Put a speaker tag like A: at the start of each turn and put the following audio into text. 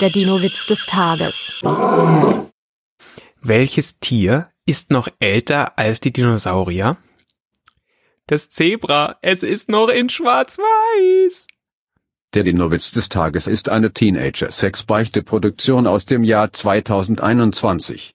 A: Der Dino-Witz des Tages.
B: Welches Tier ist noch älter als die Dinosaurier? Das Zebra. Es ist noch in Schwarz-Weiß.
C: Der Dinowitz des Tages ist eine Teenager-Sex-Beichte-Produktion aus dem Jahr 2021.